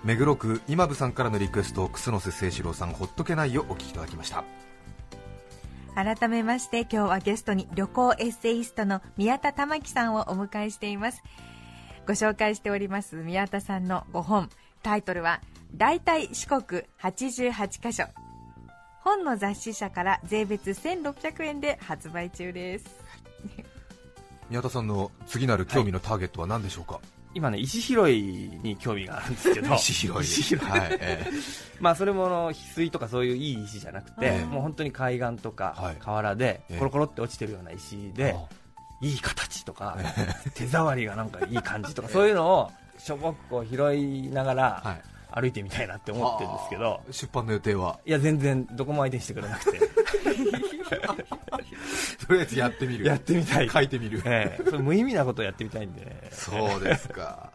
Speaker 3: 目黒区今部さんからのリクエスト楠瀬誠志郎さん「ほっとけないよ」お聴きいただきました
Speaker 5: [LAUGHS] 改めまして今日はゲストに旅行エッセイストの宮田玉樹さんをお迎えしていますご紹介しております宮田さんのご本タイトルは「大体四国88箇所」本の雑誌社から税別1600円で発売中です
Speaker 3: 宮田さんの次なる興味のターゲットは何でしょうか、
Speaker 4: 今ね石拾いに興味があるんですけど
Speaker 3: 石拾い
Speaker 4: 石拾い
Speaker 3: はい、え
Speaker 4: まあそれもあの翡翠とかそういういい石じゃなくて、
Speaker 3: ええ
Speaker 4: もう本当に海岸とか
Speaker 3: はい
Speaker 4: 河原で
Speaker 3: ええ
Speaker 4: コロコロって落ちてるような石
Speaker 3: え
Speaker 4: で、いい形とか、手触りがなんかいい感じとか、そういうのをしょぼくこう拾いなが
Speaker 3: は
Speaker 4: ら
Speaker 3: い
Speaker 4: 歩いてみたいなって思ってるんですけど、
Speaker 3: 出版の予定はい [LAUGHS]
Speaker 4: や全然どこも相手にしてくれなくて
Speaker 3: とりあえずやってみる
Speaker 4: やってみたい
Speaker 3: 書いてみる、
Speaker 4: ええそれ無意味なことをやってみたいんでね
Speaker 3: そうですか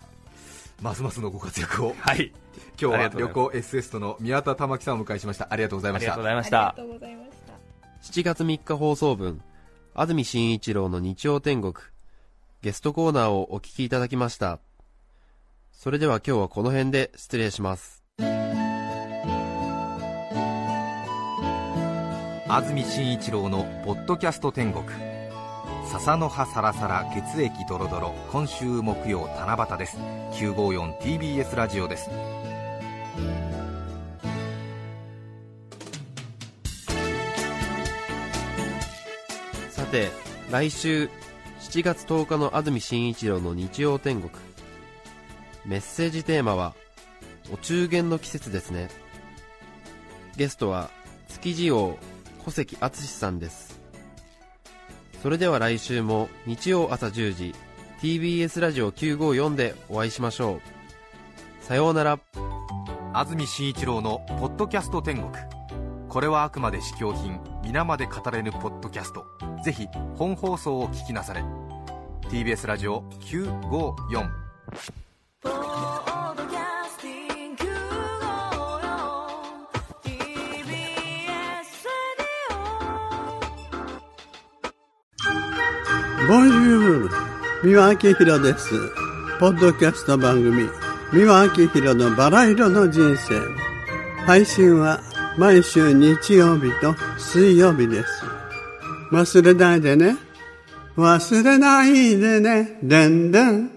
Speaker 3: ますますのご活躍を
Speaker 4: はい
Speaker 3: 今日
Speaker 4: あり
Speaker 3: は
Speaker 4: がとうご
Speaker 3: 旅
Speaker 4: ざい
Speaker 3: 行 SS との宮田玉樹さんをお迎えしましたありがとうござい
Speaker 4: あ
Speaker 3: ま
Speaker 4: り
Speaker 3: し
Speaker 4: が
Speaker 3: た
Speaker 4: とうございまし
Speaker 5: あ
Speaker 4: た
Speaker 5: りがとうございました
Speaker 2: 7月3日放送分、安住紳一郎の日曜天国、ゲストコーナーをお聞きいただきました。それでは今日はこの辺で失礼します。
Speaker 3: 安住紳一郎の「ポッドキャスト天国」笹の葉サラサラ血液ドロドロ今週木曜七夕です 954TBS ラジオです
Speaker 2: さて、来週7月10日の安住紳一郎の日曜天国。メッセージテーマは、お中元の季節ですねゲストは築地王小関敦史さんですそれでは来週も日曜朝10時 TBS ラジオ954でお会いしましょうさようなら
Speaker 3: 安住紳一郎の「ポッドキャスト天国」これはあくまで試供品皆まで語れぬポッドキャストぜひ本放送を聞きなされ TBS ラジオ954
Speaker 5: ポッドキャスティング954 TBS ラジオ
Speaker 6: ボンジュール、三輪明宏です。ポッドキャスト番組、三輪明宏のバラ色の人生。配信は毎週日曜日と水曜日です。忘れないでね。忘れないでね。でんでん。